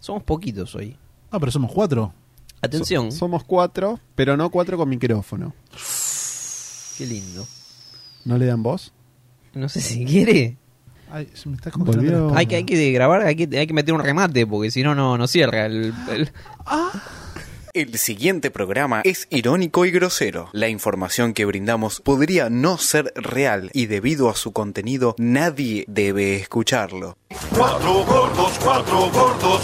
Somos poquitos hoy. Ah, pero somos cuatro. Atención. Somos cuatro, pero no cuatro con micrófono. Qué lindo. ¿No le dan voz? No sé si quiere. Ay, se me está congelando Volvió. la espalda. Hay que, hay que grabar, hay que, hay que meter un remate, porque si no, no no cierra. El, el- El siguiente programa es irónico y grosero. La información que brindamos podría no ser real y debido a su contenido nadie debe escucharlo. Cuatro gordos, cuatro gordos.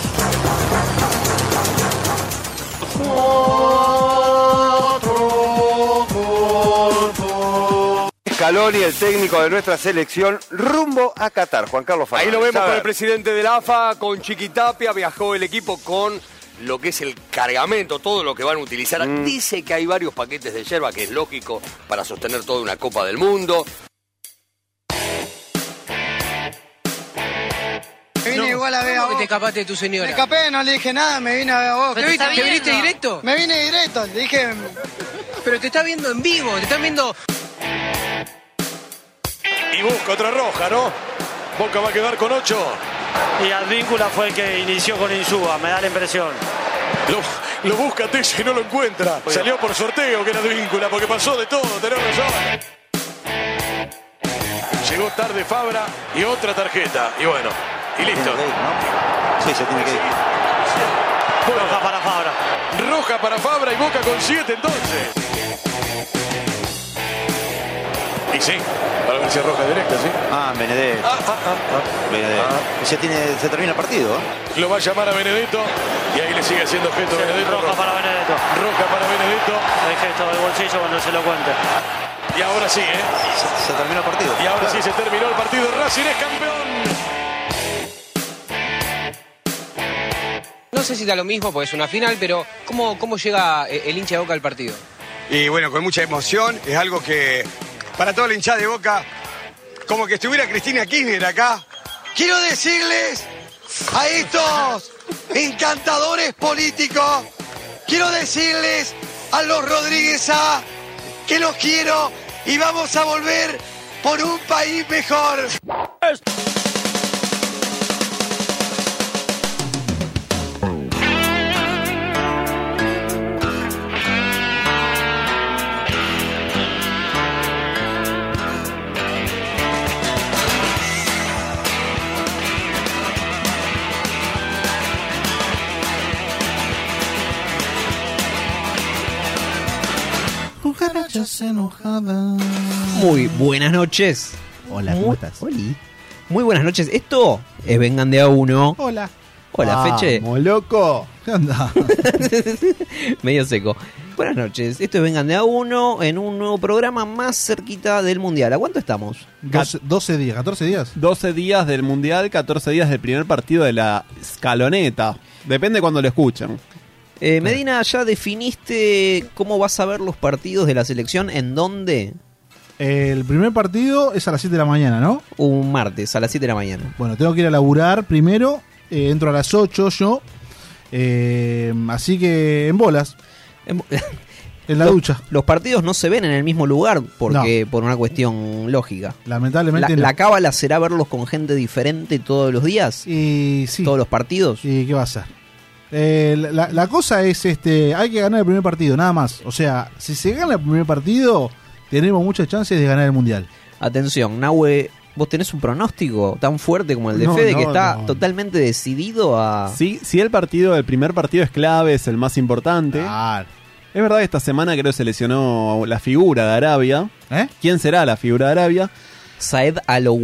Cuatro gordos. Scaloni, el técnico de nuestra selección, rumbo a Qatar. Juan Carlos Fernández. Ahí lo vemos A con ver, el presidente del AFA, con Chiquitapia, viajó el equipo con lo que es el cargamento, todo lo que van a utilizar. Mm. Dice que hay varios paquetes de yerba, que es lógico para sostener toda una Copa del Mundo. Me vine igual a ver a vos. te escapaste de tu Me señora? escapé, no le dije nada, me vine a ver a vos. ¿Pero te está viniste directo? Me vine directo, le dije... Pero te está viendo en vivo, te están viendo. Y busca otra roja, ¿no? Boca va a quedar con ocho. Y Advíncula fue el que inició con Insúa, me da la impresión. Lo, lo busca Tella y no lo encuentra. Pues Salió por sorteo, que era de víncula, porque pasó de todo, tenés razón. Llegó tarde Fabra y otra tarjeta. Y bueno, y listo. Sí, se tiene que ir. Roja para Fabra. Roja para Fabra y Boca con 7 entonces. Y sí, para ver si es roja directa, sí. Ah, Benedetto. ah. Benedetto. Se, tiene, se termina el partido. ¿eh? Lo va a llamar a Benedetto y ahí le sigue haciendo objeto Benedetto. Roja para Benedetto. Roja para Benedetto. El gesto del bolsillo cuando se lo cuente. Y ahora sí, ¿eh? Se, se termina el partido. Y ahora sí se terminó el partido. Racing es campeón. No sé si da lo mismo porque es una final, pero ¿cómo, cómo llega eh, el hincha de boca al partido? Y bueno, con mucha emoción, es algo que para todo el hinchada de Boca, como que estuviera Cristina Kirchner acá. Quiero decirles a estos encantadores políticos, quiero decirles a los Rodríguez A que los quiero y vamos a volver por un país mejor. Cucarachas enojadas. Muy buenas noches. Hola, ¿cómo Muy- estás? Oli. Muy buenas noches. Esto es Vengan de a uno. Hola. Hola, Feche. Vamos, loco. ¿Qué onda? Medio seco. Buenas noches. Esto es Vengan de a uno en un nuevo programa más cerquita del Mundial. ¿A cuánto estamos? Doce- 12 días, 14 días. 12 días del Mundial, 14 días del primer partido de la escaloneta. Depende cuando lo escuchan. Eh, Medina, ¿ya definiste cómo vas a ver los partidos de la selección? ¿En dónde? El primer partido es a las 7 de la mañana, ¿no? Un martes a las 7 de la mañana. Bueno, tengo que ir a laburar primero. eh, entro a las 8 yo. Eh, así que en bolas, En- en la Lo- ducha. Em, Los partidos no se ven en el mismo lugar porque por una cuestión lógica. La, Lamentablemente. no. la cábala será verlos con gente diferente todos los días, Y sí. todos los partidos. ¿Y qué va a hacer? Eh, la- la, la cosa es, este, hay que ganar el primer partido, nada más. O sea, si se gana el primer partido, tenemos muchas chances de ganar el mundial. Atención, Nahue, vos tenés un pronóstico tan fuerte como el de No, Fede no, que está no. totalmente decidido a... Sí, si el partido, el primer partido es clave, es el más importante. Ah. Claro. Es verdad que esta semana creo que se lesionó la figura de Arabia. ¿Eh? ¿Quién será la figura de Arabia? Saed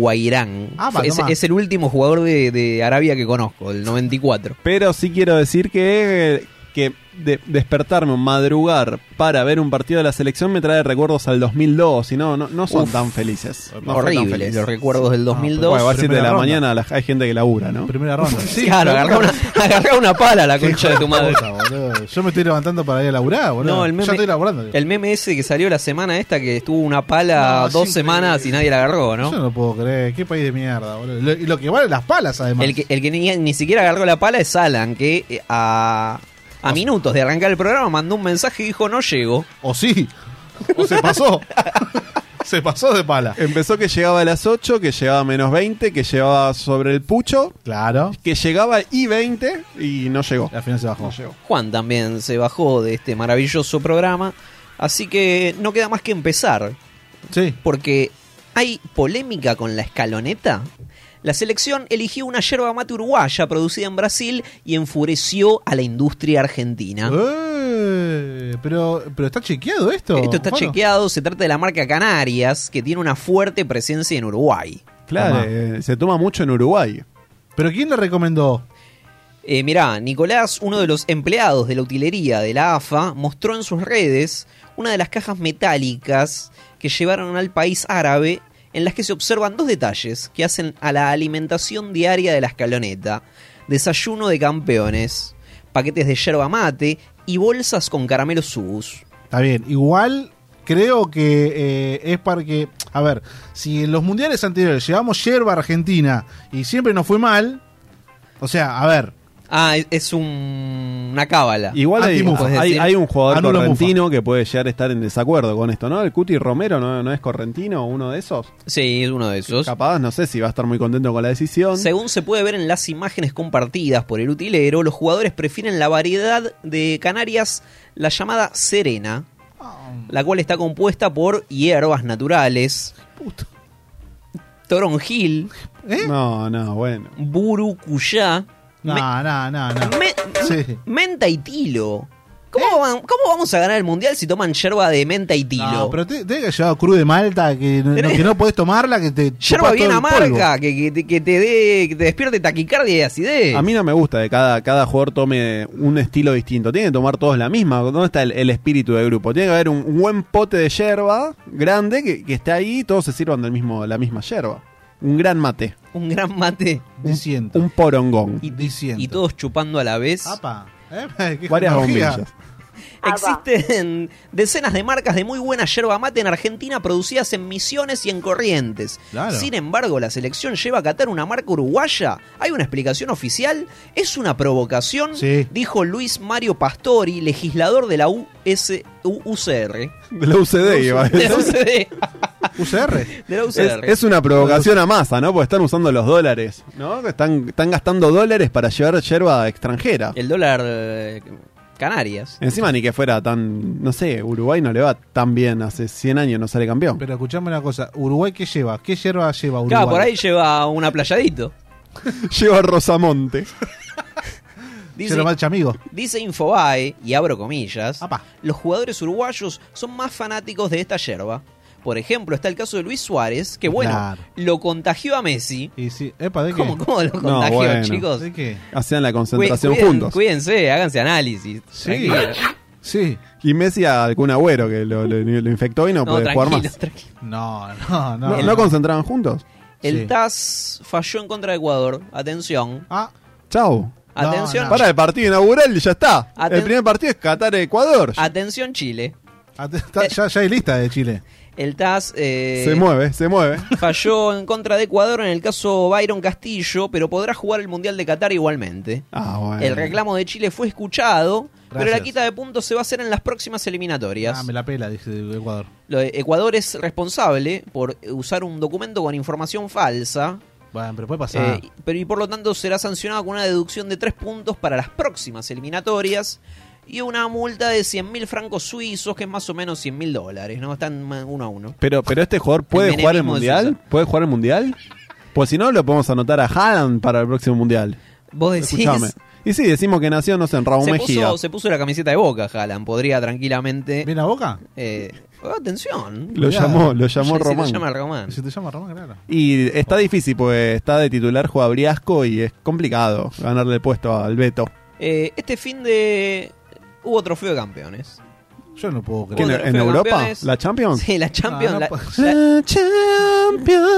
Aloguairán. Ah, va, es, tomá. es el último jugador de, de Arabia que conozco, el 94. Pero sí quiero decir que, que de- despertarme, madrugar para ver un partido de la selección me trae recuerdos al 2002 y no, no, no son Uf. tan felices. No fue tan Horrible, feliz. los recuerdos del pues, 2002. Bueno, a las 7 de Primera la ronda. mañana la- hay gente que labura, ¿no? Primera ronda. claro, agarrá una, agarrá una pala la concha de tu madre. Puta, boludo. Yo me estoy levantando para ir a laburar, boludo. No, el meme, Ya estoy laburando. el meme ese que salió la semana esta que estuvo una pala No, es dos increíble. semanas y nadie la agarró, Yo ¿no? no lo puedo creer. Qué país de mierda, boludo. Lo- Y lo que vale las palas, además. El que, el que ni, ni siquiera agarró la pala es Alan, que eh, a, a minutos de arrancar el programa mandó un mensaje y dijo no llego. O sí. O se pasó. Se pasó de pala. Empezó que llegaba a las 8, que llegaba a menos 20, que llegaba sobre el pucho. Claro. Que llegaba y 20 y no llegó. Al final se bajó. Juan también se bajó de este maravilloso programa. Así que no queda más que empezar. Sí. Porque hay polémica con la escaloneta. La selección eligió una yerba mate uruguaya producida en Brasil y enfureció a la industria argentina. Eh, pero, pero está chequeado esto. Esto está Bueno, chequeado, se trata de la marca Canarias, que tiene una fuerte presencia en Uruguay. Claro, Tomá. eh, se toma mucho en Uruguay. Pero ¿quién le recomendó? Eh, mirá, Nicolás, uno de los empleados de la utilería de la AFA, mostró en sus redes una de las cajas metálicas que llevaron al país árabe en las que se observan dos detalles que hacen a la alimentación diaria de la escaloneta. Desayuno de campeones, paquetes de yerba mate y bolsas con caramelos subus. Está bien. Igual creo que eh, es para que. A ver, si en los mundiales anteriores llevamos yerba argentina y siempre nos fue mal. O sea, a ver. Ah, es, es un- una cábala. Igual hay, Antimufa. hay- Puedes decir. hay un jugador Anula Mufa. correntino que puede llegar a estar en desacuerdo con esto, ¿no? El Cuti Romero no, no es correntino, uno de esos. Sí, es uno de esos. Capaz, no sé si va a estar muy contento con la decisión. Según se puede ver en las imágenes compartidas por el utilero, los jugadores prefieren la variedad de Canarias, la llamada Serena, Ah. la cual está compuesta por hierbas naturales, toronjil, ¿Eh? No, no, bueno. burucuyá, No, me- no, no, no. me- Sí. ¿Eh? menta y tilo. ¿Cómo, van- cómo vamos a ganar el mundial si toman yerba de menta y tilo? No, pero te, tenés que llevar cru de Malta que no, Tenés- que no podés tomarla, que te. Yerba chupás bien todo el polvo. amarga, que, que te- que te dé, que te despierte taquicardia y acidez. A mí no me gusta que cada, cada jugador tome un estilo distinto. Tiene que tomar todos la misma. ¿Dónde está el, el espíritu del grupo? Tiene que haber un, un buen pote de yerba grande que, que esté ahí y todos se sirvan del mismo, la misma yerba. Un gran mate. Un gran mate Diciendo. Un porongón. y, Diciendo. y todos chupando a la vez. Apa. ¿Eh? ¿Qué Varias tecnología? bombillas. Existen decenas de marcas de muy buena yerba mate en Argentina producidas en Misiones y en Corrientes. Claro. Sin embargo, la selección lleva a Qatar una marca uruguaya. ¿Hay una explicación oficial? ¿Es una provocación? Sí. Dijo Luis Mario Pastori, legislador de la US U- UCR. De la UCD, iba a De la decir. UCD. UCR. De la Es, UCR. es una provocación a masa, ¿no? Porque están usando los dólares, ¿no? Están, están gastando dólares para llevar yerba extranjera. El dólar eh, Canarias. Encima ni que fuera tan, no sé, Uruguay no le va tan bien, hace 100 años no sale campeón. Pero escuchame una cosa. ¿Uruguay qué lleva? ¿Qué yerba lleva Uruguay? Claro, por ahí lleva un aplayadito. Lleva Rosamonte. Dice- Yerba malcha, amigo. Dice Infobae, y abro comillas, Apa. los jugadores uruguayos son más fanáticos de esta yerba. Por ejemplo, está el caso de Luis Suárez, que bueno, Claro. lo contagió a Messi. Y sí. Epa, ¿de qué? ¿Cómo, cómo lo contagió, bueno. chicos? ¿De qué? Hacían la Cuí- concentración cuiden- juntos. Cuídense, háganse análisis. Sí. Tranquilo. Sí. Y Messi a algún agüero que lo, lo- lo infectó y no, No, puede jugar tranquilo, más. tranquilo. No, no, no. ¿No, no concentraban juntos? El Sí. TAS falló en contra de Ecuador. Atención. Ah, Chau. No, Atención. no. Para el partido inaugural y ya está. Aten- el primer partido es Qatar-Ecuador. Atención Chile. at- ah, está- ya, ya hay lista de Chile. El TAS eh, Se mueve, se mueve. falló en contra de Ecuador en el caso Byron Castillo, pero podrá jugar el Mundial de Qatar igualmente. Ah, bueno. El reclamo de Chile fue escuchado, pero la Gracias. quita de puntos se va a hacer en las próximas eliminatorias. Ah, me la pela, dice Ecuador. Lo de Ecuador es responsable por usar un documento con información falsa, Ah. Bueno, pero puede pasar. eh, pero y por lo tanto será sancionado con una deducción de 3 puntos para las próximas eliminatorias y una multa de 100 mil francos suizos, que es más o menos 100 mil dólares, ¿no? Están ma- uno a uno. Pero, pero este jugador puede El jugar el menemismo es mundial. ¿Puede jugar el mundial? Pues si no, lo podemos anotar a Haaland para el próximo mundial. Vos decís... Escuchame. Y sí, decimos que nació, no sé, en Raúl Se Mejía. puso, se puso la camiseta de Boca, Haaland. Podría tranquilamente... ¿Viene a boca? eh, oh, atención. Lo Cuidado. llamó, lo Ya llamó se lo Román. llama Román. Si te llama Román, claro. Y está difícil, pues está de titular juega Briasco y es complicado ganarle el puesto al Beto. Eh, este fin de. Hubo trofeo de campeones. Yo no puedo ¿Qué, creer. ¿En, Hubo trofeo en de Europa? campeones. ¿La Champions? Sí, la Champions. Ah, no la- puedo- la- La Champions.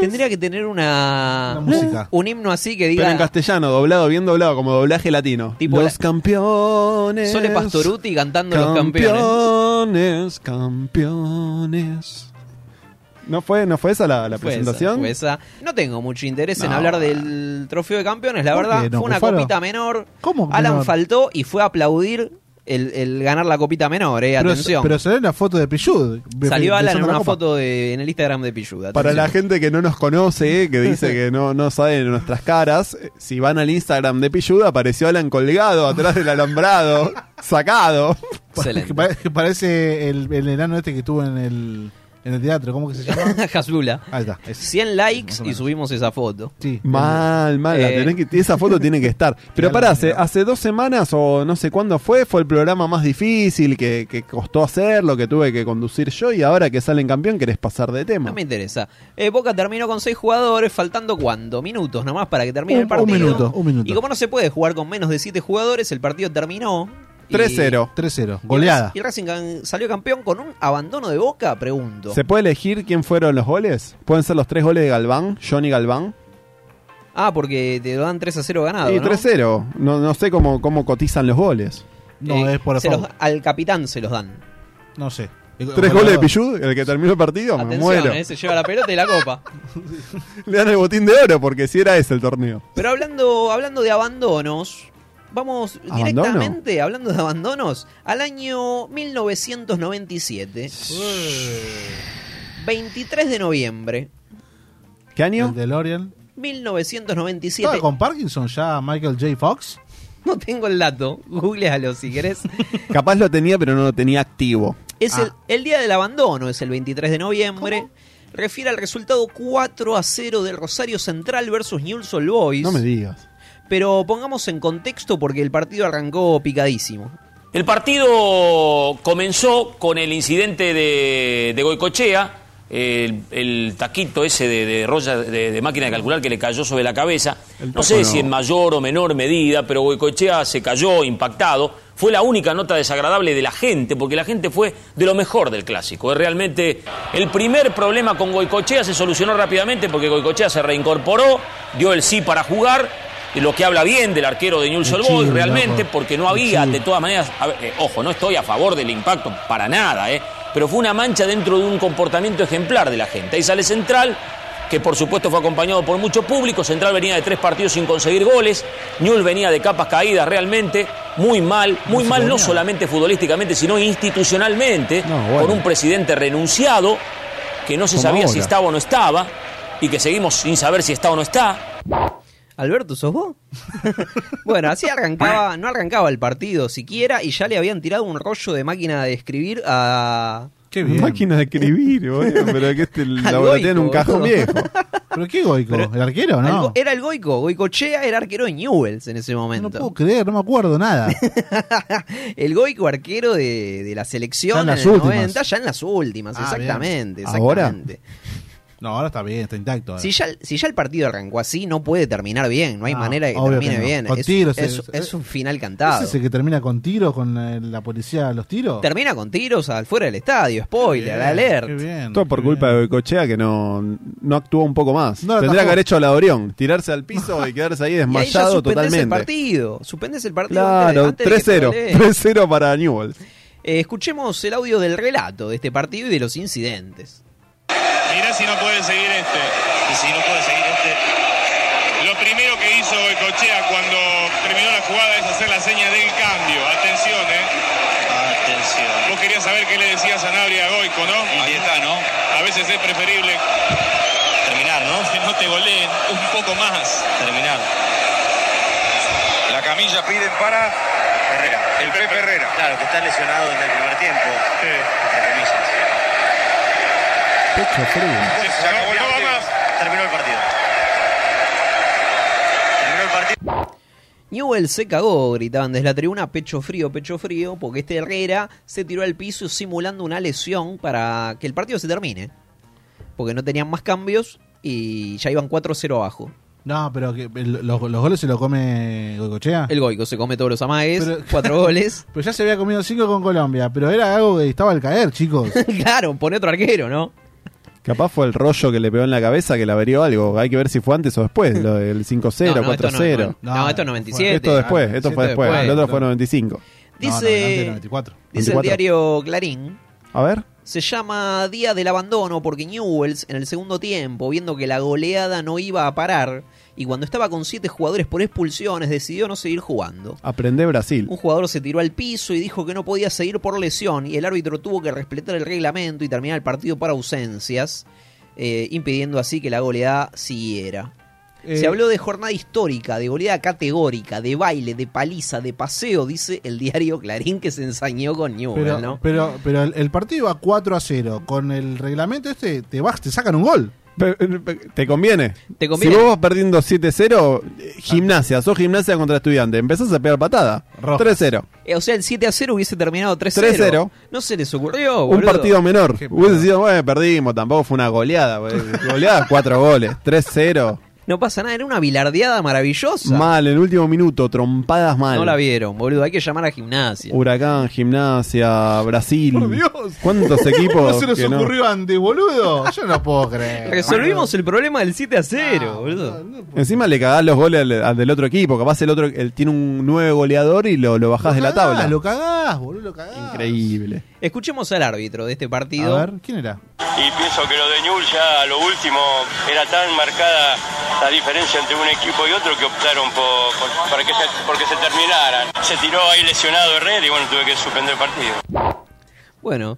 tendría que tener una. Una música. Un himno así que Pero en diga. castellano, doblado, bien doblado, como doblaje latino. Tipo Los la- campeones. Sole Pastoruti cantando los campeones. Campeones, campeones. ¿No fue, no fue esa la, la Fue esa, presentación? fue esa. No tengo mucho interés en No. hablar del trofeo de campeones, la ¿Por verdad. qué no, fue una Bufaro? copita menor. ¿Cómo Alan menor? faltó y fue a aplaudir el, el ganar la copita menor, eh, Pero, atención. pero salió la foto de Pichud. be- Salió Alan be- en besando la una copa. foto de- en el Instagram de Pilluda. Para la gente que no nos conoce, eh, que dice que no, no sabe nuestras caras, eh, si van al Instagram de Pilluda, apareció Alan colgado atrás del alambrado, sacado. Que, pare- que parece el, el enano este que estuvo en el, en el teatro. ¿Cómo que se llama? Haslula. Ahí está. ese. 100 likes y subimos esa foto. Sí. Mal, mal. la Eh. tenés que- esa foto tiene que estar. Ya Pero la pará, hace, tengo. hace dos semanas o no sé cuándo fue, fue el programa más difícil que, que costó hacerlo, que tuve que conducir yo y ahora que salen campeón querés pasar de tema. No me interesa. Eh, Boca terminó con 6 jugadores, faltando cuánto? Minutos nomás para que termine Un- el partido. un minuto, un minuto. Y como no se puede jugar con menos de 7 jugadores, el partido terminó. y- 3-0. 3-0. Goleada. Y el Racing gan- salió campeón con un abandono de Boca, pregunto. ¿Se puede elegir quién fueron los goles? ¿Pueden ser los tres goles de Galván, Johnny Galván? Ah, porque te lo dan 3 a 0 ganado. y Ah, ¿no? 3-0. No, no sé cómo, cómo cotizan los goles. No, Eh, es por se los- favor. Al capitán se los dan. No sé. ¿Tres goles de Pichud? El que terminó el partido, me Atención, muero. eh, se lleva la pelota y la copa. Le dan el botín de oro porque si era ese el torneo. Pero hablando, hablando de abandonos, vamos ¿Abandono? directamente, hablando de abandonos, al año 1997. 23 de noviembre, ¿Qué El año? DeLorean. ¿Estaba 1997. con Parkinson ya Michael J. Fox? No tengo el dato, googlealo si querés. Capaz lo tenía, pero no lo tenía activo. Es Ah. el, el día del abandono, es el 23 de noviembre. Refiere al resultado 4 a 0 del Rosario Central versus Newell's Old Boys. No me digas. Pero pongamos en contexto porque el partido arrancó picadísimo. El partido comenzó con el incidente de, de Goicochea, el, el taquito ese de, de roya de, de máquina de calcular que le cayó sobre la cabeza. El taco No sé no. si en mayor o menor medida, pero Goicochea se cayó impactado. Fue la única nota desagradable de la gente, porque la gente fue de lo mejor del clásico. Es Realmente el primer problema con Goicochea se solucionó rápidamente porque Goicochea se reincorporó, dio el sí para jugar, y lo que habla bien del arquero de Newell's Old Boys Muchísimo, realmente, loco. porque no había, de todas maneras, a ver, eh, ojo, no estoy a favor del impacto para nada, ¿eh? pero fue una mancha dentro de un comportamiento ejemplar de la gente. Ahí sale Central, que por supuesto fue acompañado por mucho público. Central venía de tres partidos sin conseguir goles. Newell venía de capas caídas realmente, muy mal, muy mal, no solamente futbolísticamente, sino institucionalmente, No, bueno. con un presidente renunciado que no se Como sabía si ahora. estaba o no estaba y que seguimos sin saber si está o no está. ¿Alberto, sos vos? bueno, así arrancaba, no arrancaba el partido siquiera y ya le habían tirado un rollo de máquina de escribir a... Qué bien. Máquina de escribir, boludo. Pero que este la Al boletea en un Goico, cajón boludo. viejo. ¿Pero qué goico? ¿El arquero? al No. Go- Era el Goico, Goicochea era arquero de Newells en ese No momento. puedo creer, no me acuerdo nada. el Goico arquero de, de la Ya selección en en, las el últimas. 90, ya en las últimas, Ah, exactamente, bien. ¿Ahora? exactamente. No, ahora está bien, está intacto. ahora. Si ya, el- si ya el partido arrancó así, no puede terminar bien, no hay No, manera de que obvio que termine Ah, no. bien. Con Es, tiros, es- es- es un final ¿Ese cantado. ¿Es el que termina con tiro, con eh, la policía a los tiros? Termina con tiros al fuera del estadio, spoiler, Bien, alert. qué bien, Todo por qué culpa bien. de Cochea que no, no actuó un poco más. No, Tendría tampoco. que haber hecho la Orión, tirarse al piso y quedarse ahí Y ahí ya desmayado suspendés el totalmente. partido. Suspendés el partido. Claro, antes de- antes de que 3-0. te goleen. 3-0 para Newell's. Eh, escuchemos el audio del relato de este partido y de los incidentes. Mirá si no puede seguir este. Y si no puede seguir este. Lo primero que hizo Goicochea cuando terminó la jugada es hacer la seña del cambio. Atención, ¿eh? Atención. Vos querías saber qué le decía Sanabria a Goico, ¿no? Ahí está, ¿no? A veces es preferible terminar, ¿no? Que no te goleen un poco más. Terminar. La camilla piden para Herrera, el Pepe Herrera. Claro, que está lesionado desde el primer tiempo. Pecho frío. Se acabó el partido. Terminó el partido. Terminó el partido. Newell se cagó, gritaban desde la tribuna, pecho frío, pecho frío, porque este Herrera se tiró al piso simulando una lesión para que el partido se termine. Porque no tenían más cambios y ya iban 4-0 abajo. No, pero que, el- los, los goles se los come Goicochea. El Goico se come todos los amagues, Pero- 4 goles. Pero ya se había comido cinco con Colombia, pero era algo que estaba al caer, chicos. claro, pone otro arquero, ¿no? Capaz fue el rollo que le pegó en la cabeza que le averió algo. Hay que ver si fue antes o después, lo del 5-0, No, no, esto no, 4-0. no, no, esto es 97. Esto después, esto fue después. después. El otro fue 95. No, no, Dice, antes era 94. dice el 24. diario Clarín A ver. Se llama Día del Abandono porque Newells en el segundo tiempo, viendo que la goleada no iba a parar, y cuando estaba con siete jugadores por expulsiones, decidió no seguir jugando. Aprende Brasil. Un jugador se tiró al piso y dijo que no podía seguir por lesión y el árbitro tuvo que respetar el reglamento y terminar el partido para ausencias, eh, impidiendo así que la goleada siguiera. Se Eh, habló de jornada histórica, de goleada categórica, de baile, de paliza, de paseo, dice el diario Clarín que se ensañó con Newell, Pero, ¿no? pero, pero el, el partido va 4 a 0. Con el reglamento este, te, vas, te sacan un gol. eh, ¿Te conviene? Te conviene. Si vos vas perdiendo 7-0, eh, gimnasia, sos gimnasia contra estudiante, empezás a pegar patada. 3-0. Eh, O sea, el 7 a 0 hubiese terminado 3 0. 3-0. No se les ocurrió, Un Oh, boludo. partido menor. Hubiese sido, bueno, perdimos, tampoco fue una goleada. pues. Goleada, 4 goles, 3-0. No pasa nada, era una bilardeada maravillosa. Mal, en el último minuto, trompadas mal. No la vieron, boludo. Hay que llamar a gimnasia. Huracán, gimnasia, Brasil. Por Dios. ¿Cuántos equipos? no se nos que no? ocurrió antes, boludo. Yo no puedo creer. Resolvimos el problema del 7 a 0, boludo. Encima le cagás los goles al, al del otro equipo. Capaz el otro el, tiene un 9 goleador y lo, lo bajás de la tabla. Lo cagás, boludo, lo cagás. Increíble. Escuchemos al árbitro de este partido. A ver, ¿quién era? Y pienso que lo de Newell ya a lo último era tan marcada la diferencia entre un equipo y otro que optaron por, por- para que se, porque se terminaran. Se tiró ahí lesionado Herrera y bueno, tuve que suspender el partido. Bueno,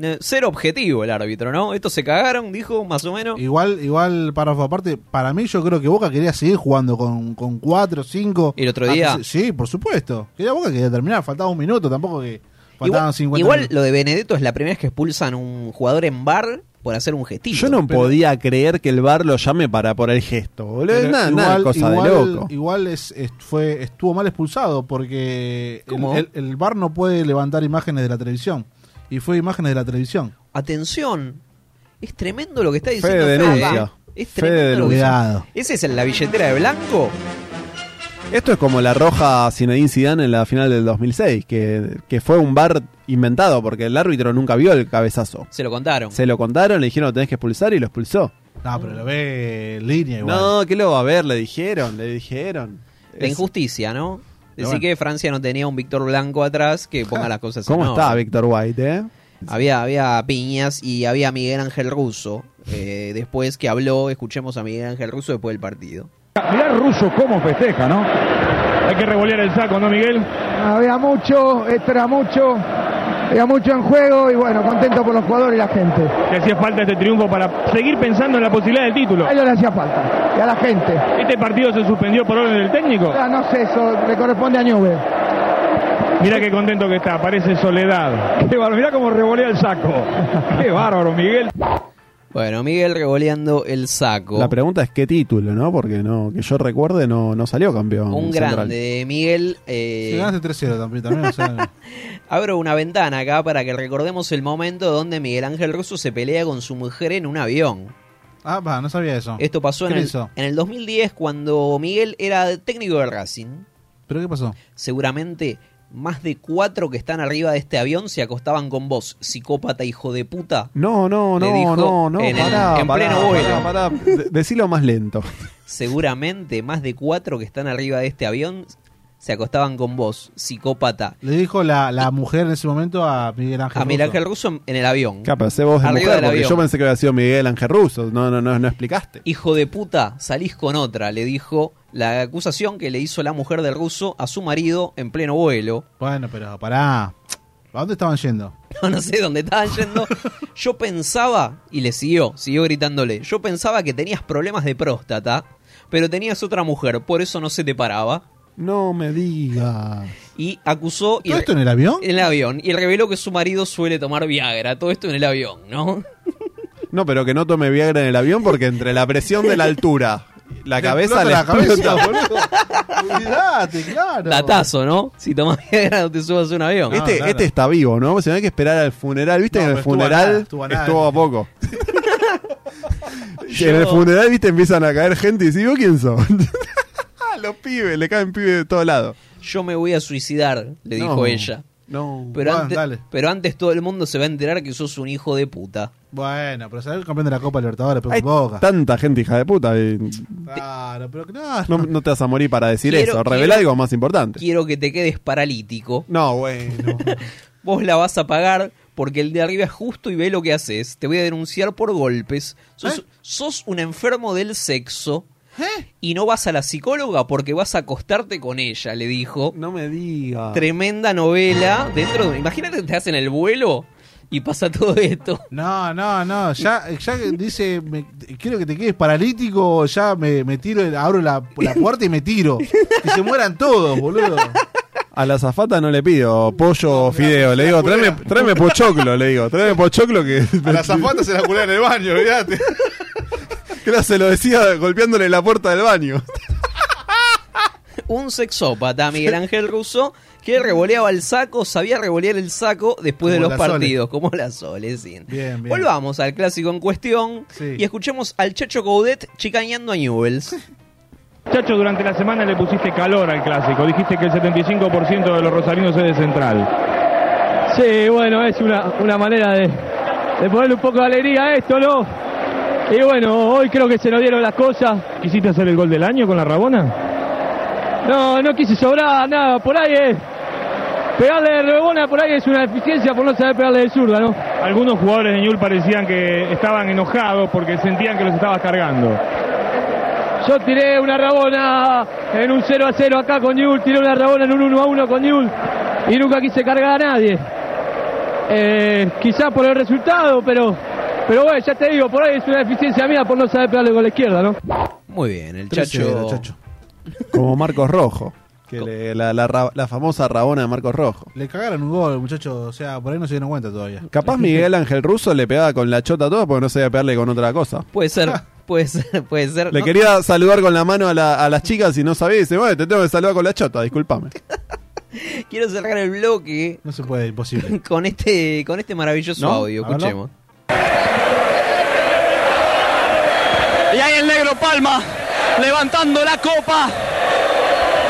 eh, ser objetivo el árbitro, ¿no? Estos se cagaron, dijo más o menos. Igual, igual, párrafo aparte, para mí yo creo que Boca quería seguir jugando con, con 4, 5. ¿El otro día? Sí, por supuesto. Quería Boca quería terminar, faltaba un minuto, tampoco que faltaban Igual, 50 igual minutos. lo de Benedetto es la primera vez que expulsan un jugador en bar por hacer un gestillo. Yo no podía creer que el bar lo llame para por el gesto, boludo. Pero Nada, nada, cosa igual- de loco. Igual es, es- fue, estuvo mal expulsado porque el- ¿Cómo? El, el bar no puede levantar imágenes de la televisión. Y fue imágenes de la televisión. Atención, es tremendo lo que está Fede diciendo Fede. denuncia. ¿eh? Es Fede tremendo lo que denuncia. hizo. ¿Ese es en la billetera de blanco? Esto es como la roja Zinedine Zidane en la final del 2006, que, que fue un bar inventado porque el árbitro nunca vio el cabezazo. Se lo contaron. Se lo contaron, le dijeron lo tenés que expulsar y lo expulsó. No, pero lo ve en línea igual. No, que lo va a ver, le dijeron, le dijeron. La Es- injusticia, ¿no? Decir bueno. que Francia no tenía un Víctor Blanco atrás que ponga las cosas en ¿Cómo orden. está Víctor White, eh? Había, había piñas y había Miguel Ángel Russo. eh, después que habló, escuchemos a Miguel Ángel Russo después del partido. Mirá Russo cómo festeja, ¿no? Hay que revolear el saco, ¿no, Miguel? Había mucho, esto era mucho, había mucho en juego y bueno, contento por los jugadores y la gente. Que hacía falta este triunfo para seguir pensando en la posibilidad del título. A ellos le hacía falta, y a la gente. ¿Este partido se suspendió por orden del técnico? Ya, no sé, eso le corresponde a Newell. Mirá qué contento que está, parece Soledad. Qué bárbaro, mirá cómo revolea el saco. Qué bárbaro, Miguel. Bueno, Miguel revoleando el saco. La pregunta es qué título, ¿no? Porque no, que yo recuerde no, no salió campeón. Un Central. grande, Miguel. eh, Si ganaste 3-0 también, también, o sea, Abro una ventana acá para que recordemos el momento donde Miguel Ángel Russo se pelea con su mujer en un avión. Ah, va, no sabía eso. Esto pasó ¿Qué en el, hizo? en el 2010 cuando Miguel era técnico de Racing. ¿Pero qué pasó? Seguramente más de cuatro que están arriba de este avión se acostaban con vos, psicópata hijo de puta. No, no, Le no, dijo no, no, en el- pará, en pará, pleno vuelo. pará, pará. De- decilo más lento. Seguramente más de cuatro que están arriba de este avión se acostaban con vos, psicópata. Le dijo la, la mujer en ese momento a Miguel Ángel. A Miguel Russo. Ángel Russo en el avión. Capaz, sé vos de Arriba mujer, del porque avión. yo pensé que había sido Miguel Ángel Russo. No, no, no, no explicaste. Hijo de puta, salís con otra, le dijo la acusación que le hizo la mujer del ruso a su marido en pleno vuelo. Bueno, pero pará. ¿A dónde estaban yendo? No, no sé dónde estaban yendo. Yo pensaba, y le siguió, siguió gritándole, yo pensaba que tenías problemas de próstata, pero tenías otra mujer, por eso no se te paraba. No me digas. Y acusó... y ¿Todo re- esto en el avión? Eh, En el avión. Y reveló que su marido suele tomar Viagra. Todo esto en el avión, ¿no? No, pero que no tome Viagra en el avión porque entre la presión de la altura, la Le cabeza explota le la explota. cabeza, boludo. Cuidate, claro. Ah. Datazo, ¿no? Si tomas Viagra no te subas a un avión. Este, este está vivo, ¿no? Se hay que esperar al funeral. ¿Viste? No, en el pero estuvo a funeral nada, estuvo estuvo a, a nada. poco. Yo- En el funeral, ¿viste? Empiezan a caer gente y si ¿vos quién son? Los pibes, le caen pibes de todos lados. Yo me voy a suicidar, le No, dijo ella. No. Pero, Bueno, antes, dale. pero antes todo el mundo se va a enterar que sos un hijo de puta. Bueno, pero salió el campeón de la Copa Libertadores, pero Hay Boca. tanta gente, hija de puta. y Claro, pero que no. no, no te vas a morir para decir Quiero- eso. Revela quiero- algo más importante. Quiero que te quedes paralítico. No, bueno. Vos la vas a pagar porque el de arriba es justo y ve lo que haces. Te voy a denunciar por golpes. ¿Eh? Sos, sos un enfermo del sexo. ¿Eh? Y no vas a la psicóloga porque vas a acostarte con ella, le dijo. No me diga. Tremenda novela. Dentro de- Imagínate que te hacen el vuelo y pasa todo esto. No, no, no. Ya, ya dice, me- quiero que te quedes paralítico. Ya me, me tiro, abro la, la puerta y me tiro. Que se mueran todos, boludo. A la zafata no le pido pollo o fideo. Le digo, tráeme, tráeme pochoclo, le digo. Tráeme pochoclo que. A la zafata se la culé en el baño, olvídate. Creo que se lo decía golpeándole la puerta del baño. Un sexópata, Miguel Ángel Russo, que revoleaba el saco, sabía revolear el saco después Como de los la Sole. partidos, como la Sole, sí. Bien, bien. Volvamos al clásico en cuestión Sí. y escuchemos al Chacho Coudet chicañando a Newells. Chacho, durante la semana le pusiste calor al clásico. Dijiste que el 75% de los rosarinos es de central. Sí, bueno, es una, una manera de, de ponerle un poco de alegría a esto, ¿no? Y bueno, hoy creo que se nos dieron las cosas. ¿Quisiste hacer el gol del año con la Rabona? No, no quise sobrar nada, por ahí es. Pegarle de rebona por ahí es una deficiencia por no saber pegarle de zurda, ¿no? Algunos jugadores de Ñul parecían que estaban enojados porque sentían que los estabas cargando. Yo tiré una rabona en un 0 a 0 acá con Newell, tiré una rabona en un 1 a 1 con Newell y nunca quise cargar a nadie. Eh, quizá por el resultado, pero, pero bueno, ya te digo, por ahí es una deficiencia mía por no saber pegarle con la izquierda, ¿no? Muy bien, el Tres Chacho. cero, Chacho. Como Marcos Rojo. Que le- la, la ra- la famosa rabona de Marcos Rojo. Le cagaron un gol, muchacho. O sea, por ahí no se dieron cuenta todavía. Capaz Miguel Ángel Russo le pegaba con la chota a todo porque no sabía pegarle con otra cosa. Puede ser, puede ser, puede ser. Le ¿no? quería saludar con la mano a, la- a las chicas y no sabía. y Dice, bueno, te tengo que saludar con la chota, discúlpame. Quiero cerrar el bloque No se puede, imposible. con este, con este maravilloso ¿No? audio. A verlo. Escuchemos. Y ahí el negro Palma levantando la copa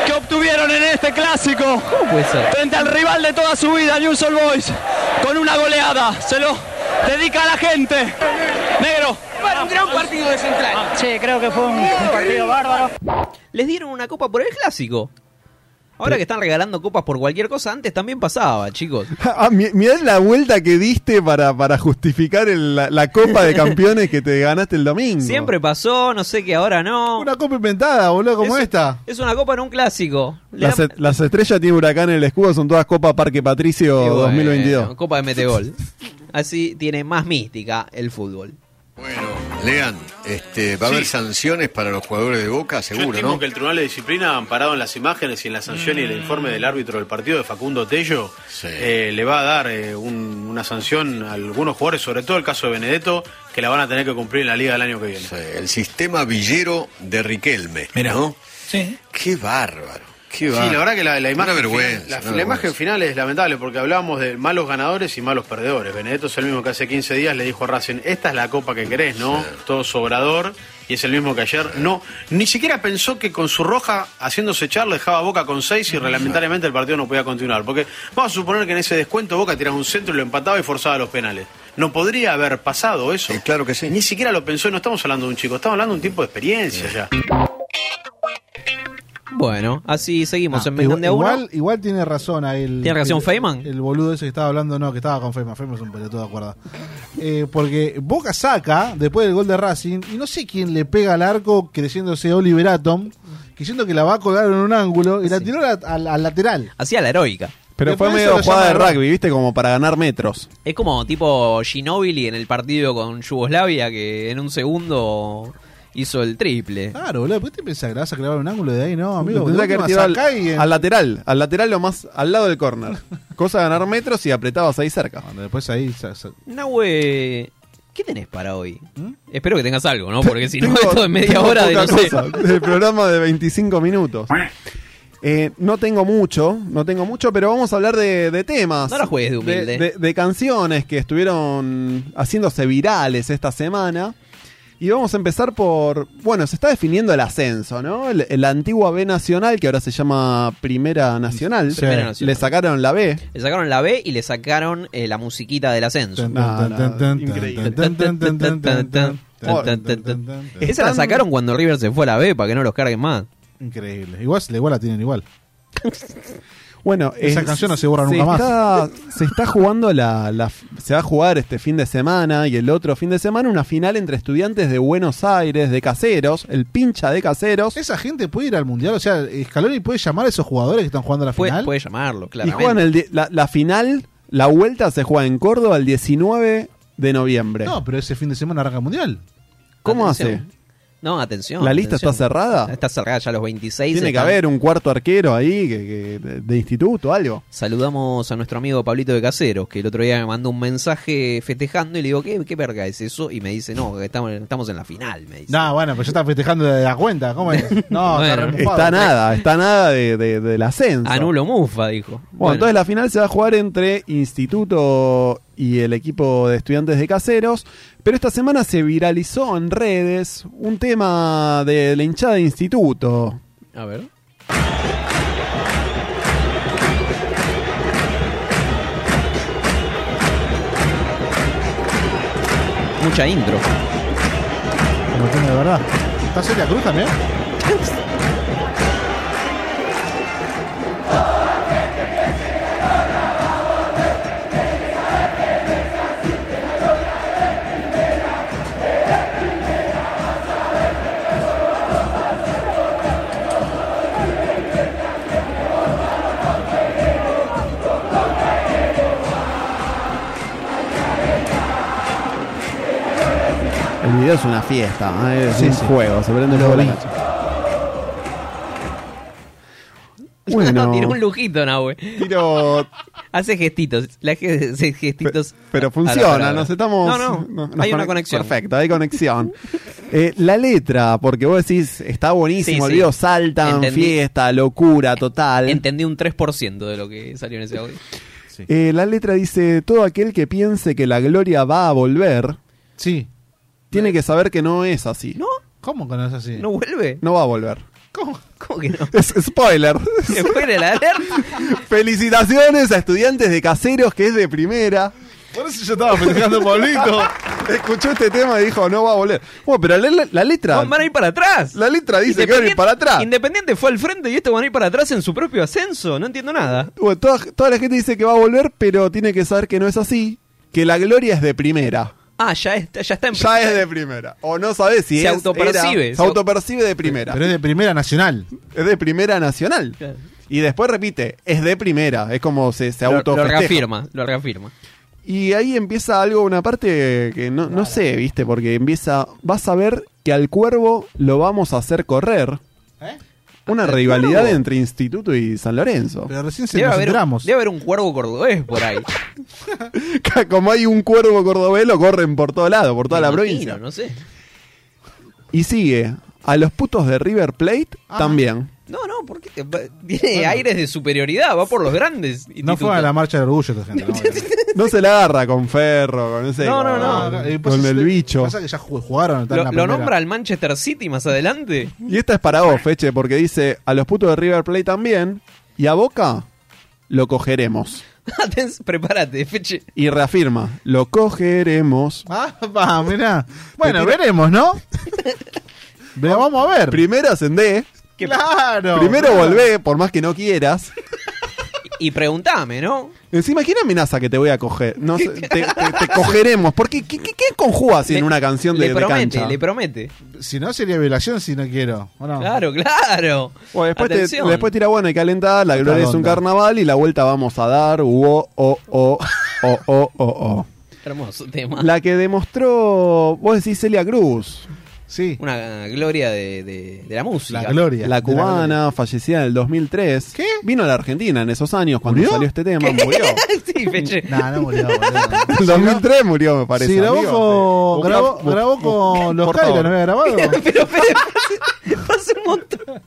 que obtuvieron en este clásico. puede ser? Frente al rival de toda su vida, News All Boys, con una goleada. Se lo dedica a la gente. Negro. un gran partido de central. Sí, creo que fue un, partido bárbaro. Les dieron una copa por el clásico. Ahora que están regalando copas por cualquier cosa, antes también pasaba, chicos. Ah, mi- mirá la vuelta que diste para, para justificar el- la, la copa de campeones que te ganaste el domingo. Siempre pasó, no sé que ahora no. Una copa inventada, boludo, como esta. Es una copa en un clásico. Le Las, dan- e- las estrellas tiene huracán en el escudo, son todas Copa Parque Patricio Y bueno, 2022. Copa de Metegol. Así tiene más mística el fútbol. Lean, este, va a haber sanciones para los jugadores de Boca, Yo seguro, estimo ¿no? que el Tribunal de Disciplina, amparado en las imágenes y en la sanción y el informe del árbitro del partido de Facundo Tello, eh, le va a dar eh, un- una sanción a algunos jugadores, sobre todo el caso de Benedetto, que la van a tener que cumplir en la liga del año que viene. El sistema villero de Riquelme, ¿no? Sí. Qué bárbaro, qué Sí, bárbaro. la verdad que la, la imagen, Una vergüenza. final, una la- la, vergüenza. imagen final es lamentable porque hablábamos de malos ganadores y malos perdedores. Benedetto es el mismo que hace 15 días le dijo a Racing, esta es la copa que querés, ¿no? Todo sobrador y es el mismo que ayer. No, ni siquiera pensó que con su roja haciéndose echar le dejaba a Boca con 6 y reglamentariamente el partido no podía continuar. Porque vamos a suponer que en ese descuento Boca tiraba un centro y lo empataba y forzaba los penales. No podría haber pasado eso. Eh, claro que sí. Ni siquiera lo pensó, y no estamos hablando de un chico, estamos hablando de un tipo de Eh. experiencia ya. Bueno, así seguimos Ah, en Mendón Igual, de a uno. igual, igual tiene razón ahí el. ¿Tiene razón el- Feynman? El boludo ese que estaba hablando, no, que estaba con Feynman. Feynman es un pelotudo de cuerda. Eh, porque Boca saca, después del gol de Racing, y no sé quién le pega al arco creciéndose Oliver Atom, que siento que la va a colgar en un ángulo y la tiró la- al, al lateral. Hacía la heroica. Pero fue Después medio se lo jugada de llama- rugby, ¿viste? Como para ganar metros. Es como tipo Ginobili en el partido con Yugoslavia que en un segundo hizo el triple. Claro, boludo, ¿por qué te pensás que la vas a clavar en un ángulo de ahí? No, amigo, Tendría de que última haber tirado al, sacá y en- al lateral, al lateral lo más al lado del córner. Cosa de ganar metros y apretabas ahí cerca. Después ahí Nahue, ¿qué tenés para hoy? Espero que tengas algo, ¿no? Porque si no, ¿Mm? Tengo- esto es media tengo hora de no poca sé. cosa, de programa de 25 minutos. Eh, no tengo mucho, no tengo mucho, pero vamos a hablar de, de temas. No la juegues de humilde. De, de canciones que estuvieron haciéndose virales esta semana. Y vamos a empezar por. Bueno, se está definiendo el ascenso, ¿no? El- la antigua B Nacional, que ahora se llama Primera Nacional. Primera Nacional. Le sacaron la B. Le sacaron la B y le sacaron eh, la musiquita del ascenso. No, no, increíble. Oh, Esa la sacaron cuando River se fue a la B para que no los carguen más. Increíble. Igual, igual la tienen igual. Bueno, Esa eh, canción no se borra nunca está- Se está jugando la, la- Se va a jugar este fin de semana y el otro fin de semana una final entre estudiantes de Buenos Aires, de caseros, el pincha de caseros. Esa gente puede ir al mundial, o sea, Scaloni puede llamar a esos jugadores que están jugando a la Puede, final. puede llamarlo, Y claramente. juegan el die- la, la final, la vuelta se juega en Córdoba el 19 de noviembre. No, pero ese fin de semana arranca el mundial. ¿Cómo Atención. hace? No, atención. ¿La lista está atención. cerrada? Está cerrada ya los 26. Tiene que están- haber un cuarto arquero ahí que- que- de, de instituto, algo. Saludamos a nuestro amigo Pablito de Caseros, que el otro día me mandó un mensaje festejando y le digo, ¿qué, qué verga es eso? Y me dice, no, que estamos, estamos en la final, me dice. No, bueno, pero yo estaba festejando de la cuenta. ¿Cómo es? No, Bueno, está remufado. Está nada, está nada de, de- del ascenso. Anulo Mufa, dijo. Bueno, entonces la final se va a jugar entre Instituto y el equipo de estudiantes de caseros, pero esta semana se viralizó en redes un tema de la hinchada de Instituto. A ver. Mucha intro. Como tiene de verdad. ¿Está Celia Cruz también? El video es una fiesta, ¿eh? es Sí, un sí. juego, se prende Lo fuego la vi. cancha. Bueno. Tiene un lujito, Nahue. Hace gestitos. La ge- hace gestitos. Pero a la palabra. funciona, nos estamos. No, no. no- nos hay una conec- conexión. Perfecto, hay conexión. Eh, la letra, porque vos decís, está buenísimo, Sí, el sí. video saltan, Entendí. fiesta, locura total. Entendí un 3% de lo que salió en ese audio. Eh, la letra dice: Todo aquel que piense que la gloria va a volver. Sí. Tiene que saber que no es así. ¿No? ¿Cómo que no es así? ¿No vuelve? va a volver. ¿Cómo, cómo que no? Es spoiler. Spoiler alert. Felicitaciones a estudiantes de caseros que es de primera. Por eso yo estaba festejando Pablito. Escuchó este tema y dijo, no va a volver. Bueno, pero la, la- la letra... Van a ir para atrás. La letra dice que van a ir Independiente- para atrás. Independiente fue al frente y estos van a ir para atrás en su propio ascenso. No entiendo nada. Bueno, toda, toda la gente dice que va a volver, pero tiene que saber que no es así. Que la gloria es de primera. Ah, ya está, ya está en Ya es de primera. O no sabes si Se es, autopercibe. era- se autopercibe de primera. Pero es de primera nacional. Es de primera nacional. Y después repite, es de primera. Es como se, se Lo- auto lo reafirma, lo reafirma. Y ahí empieza algo, una parte que no, no sé, viste, porque empieza, vas a ver que al cuervo lo vamos a hacer correr. ¿Eh? Una ¿Al rivalidad Cuervo? entre Instituto y San Lorenzo. Pero recién Debe haber, un, debe haber un cuervo cordobés por ahí. Como hay un cuervo cordobés, lo corren por todo lado, por toda Me la imagino, provincia. No sé. Y sigue, a los putos de River Plate también. No, no, porque te- va- tiene aires de superioridad, va por los grandes. No fue a la marcha del orgullo esta gente. No, No se la agarra con Ferro, con ese. No, no, con, no. Eh, pues, Con el eh, bicho. Pasa que ya jug- jugaron. están Lo, en la lo primera. nombra al Manchester City más adelante. Y esta es para vos, Feche, porque dice, a los putos de River Plate también. Y a Boca lo cogeremos. Atenz- Prepárate, feche. Y reafirma, lo cogeremos. Ah, va, mirá. Bueno, Te tira- veremos, ¿no? Ve- vamos a ver. Primero ascendé, claro. primero claro. volvé, por más que no quieras. Y preguntame, ¿no? Encima, ¿quién amenaza que te voy a coger? No sé, te, te- te cogeremos. ¿Por qué? ¿Qué, qué- qué conjuga así en Le- una canción de, le de promete, cancha? Ah. le promete. Si no, sería violación si no quiero. ¿o no? Claro, claro. Bueno, después, te- Atención. después tira bueno y calentada, la gloria es un onda. carnaval y la vuelta vamos a dar. Uo, o, o, o, o, o, Hermoso tema. o. La que demostró, vos decís Celia Cruz, Sí. Una gloria de, de- de la música. La gloria. la de la gloria. cubana, fallecida en el 2003. ¿Qué? Vino a la Argentina en esos años cuando ¿Murió? salió este tema, murió. sí, feche. Nah, no murió, boludo. En 2003 murió, me parece. Si grabó amigo. con, Busca- grabó, bu- grabó con los por favor. Kyler, ¿no había grabado? Pero Fede, pasa- pasa un montón.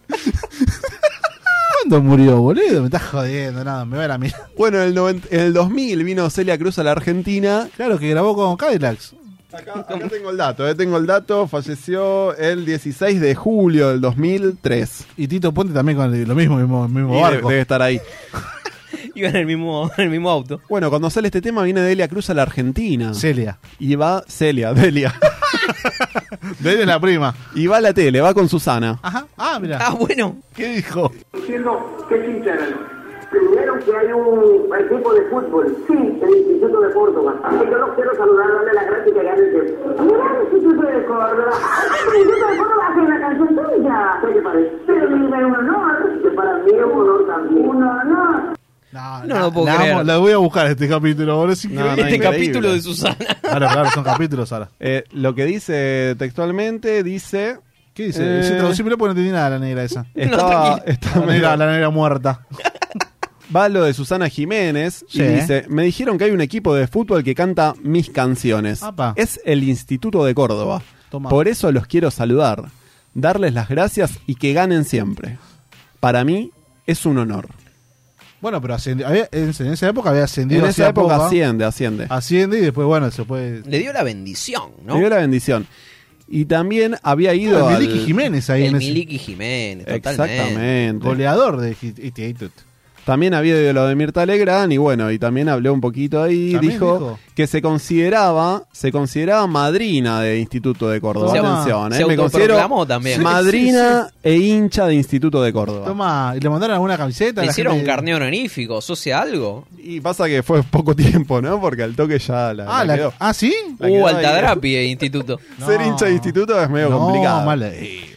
¿Cuándo murió, boludo? Me estás jodiendo, nada, me va a la mierda. Bueno, en el, noven- en el 2000 vino Celia Cruz a la Argentina. Claro que grabó con Cadillacs. Acá, acá tengo el dato, eh, tengo el dato. Falleció el 16 de julio del 2003. Y Tito Ponte también con el- lo mismo, mismo, mismo Y de- barco. debe estar ahí. Iba en el mismo, en el mismo auto. Bueno, cuando sale este tema viene Delia Cruz a la Argentina. Celia. Y va Celia, Delia. De él es la prima. Y va a la tele, va con Susana. Ajá. Ah, mira. Ah, bueno. ¿Qué dijo? diciendo que es interno. Que dijeron que hay un equipo de fútbol, sí, el Instituto de Córdoba. Y yo los quiero saludar, darle las gracias y que ganen el Mira el Instituto de Córdoba. ¡Ah, el Instituto de Córdoba hace una canción tuya! ¿Qué te parece? Pero dime un honor, que para mí es un honor también. Un honor. No lo puedo la creer. vamos- La voy a buscar este capítulo, boludo. Es No, no, este increíble. increíble. Claro, claro, son capítulos ahora. Eh, lo que dice textualmente dice. ¿Qué dice? Eh. Dice, traducímelo porque no entendí nada la negra esa. Estaba, estaba la, negra, la negra muerta. Va lo de Susana Jiménez Sí. y dice: Me dijeron que hay un equipo de fútbol que canta mis canciones. Apa. Es el Instituto de Córdoba. Toma. Por eso los quiero saludar, darles las gracias y que ganen siempre. Para mí es un honor. Bueno, pero ascendi- había- en, en esa época había ascendido. en hacia esa época Popa. asciende, asciende. Asciende y después, bueno, se puede. Le dio la bendición, ¿no? Le dio la bendición. Y también había ido. Ah, el al- Miliki Jiménez ahí El en ese- Miliki Jiménez, totalmente. Exactamente. Goleador de Hit- este Hitut. También había ido lo de Mirta Legrand y bueno, y también habló un poquito ahí. ¿También Dijo, dijo? que se consideraba, se consideraba madrina de Instituto de Córdoba. Se- Atención, se eh, me autoproclamó considero también. madrina e hincha de Instituto de Córdoba. Toma, ¿y le mandaron alguna camiseta? Le La hicieron un gente- carneo honorífico, ¿socia algo? Y pasa que fue poco tiempo, ¿no? Porque al toque ya la, Ah, la la- quedó. ah, ¿sí? La quedó Uh, ahí. Altadrapi, eh, instituto. Ser hincha de Instituto es medio No, complicado. mal eh, ahí.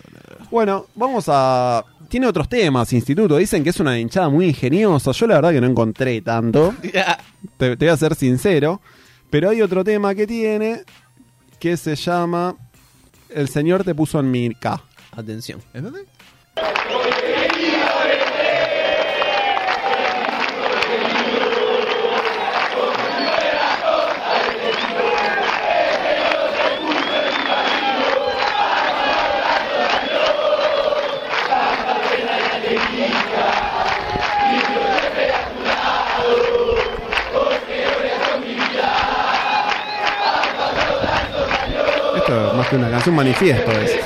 Bueno, vamos a. Tiene otros temas, Instituto. Dicen que es una hinchada muy ingeniosa. Yo la verdad que no encontré tanto. te, te voy a ser sincero. Pero hay otro tema que tiene que se llama El Señor te puso en mi K. Atención. ¿En dónde? Esto es más que una canción, un manifiesto es.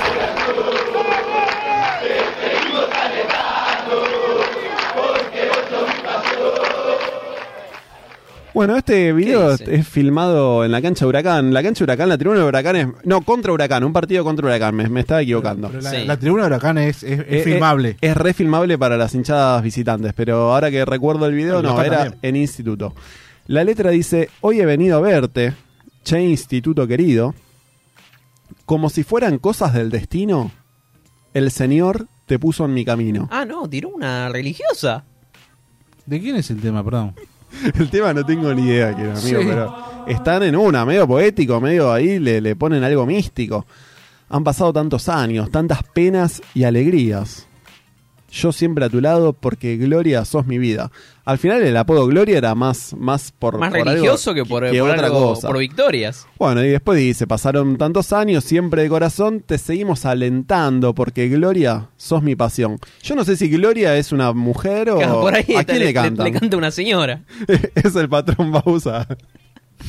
Bueno, este video dice? es filmado en la cancha de Huracán. La cancha de Huracán, la tribuna de Huracán es. No, contra Huracán, un partido contra Huracán, me, me estaba equivocando. Pero la, Sí. la tribuna de Huracán es, es, es Eh, eh, filmable. Es, refilmable para las hinchadas visitantes, pero ahora que recuerdo el video, Pero no, acá era también. en instituto. La letra dice, hoy he venido a verte, che instituto querido, como si fueran cosas del destino, el Señor te puso en mi camino. Ah, no, tiró una religiosa. ¿De quién es el tema, perdón? El tema no tengo ni idea, quiero, amigo, Sí. pero están en una, medio poético, medio ahí le, le ponen algo místico. Han pasado tantos años, tantas penas y alegrías. Yo siempre a tu lado porque Gloria sos mi vida. Al final el apodo Gloria era más, más por Más por algo religioso que por, por otra algo- cosa. por victorias. Bueno, y después dice, pasaron tantos años, siempre de corazón, te seguimos alentando porque Gloria sos mi pasión. Yo no sé si Gloria es una mujer o... Que Ah, por ahí ¿A está- quién le, le cantan? le canta una señora. es el patrón Bausa.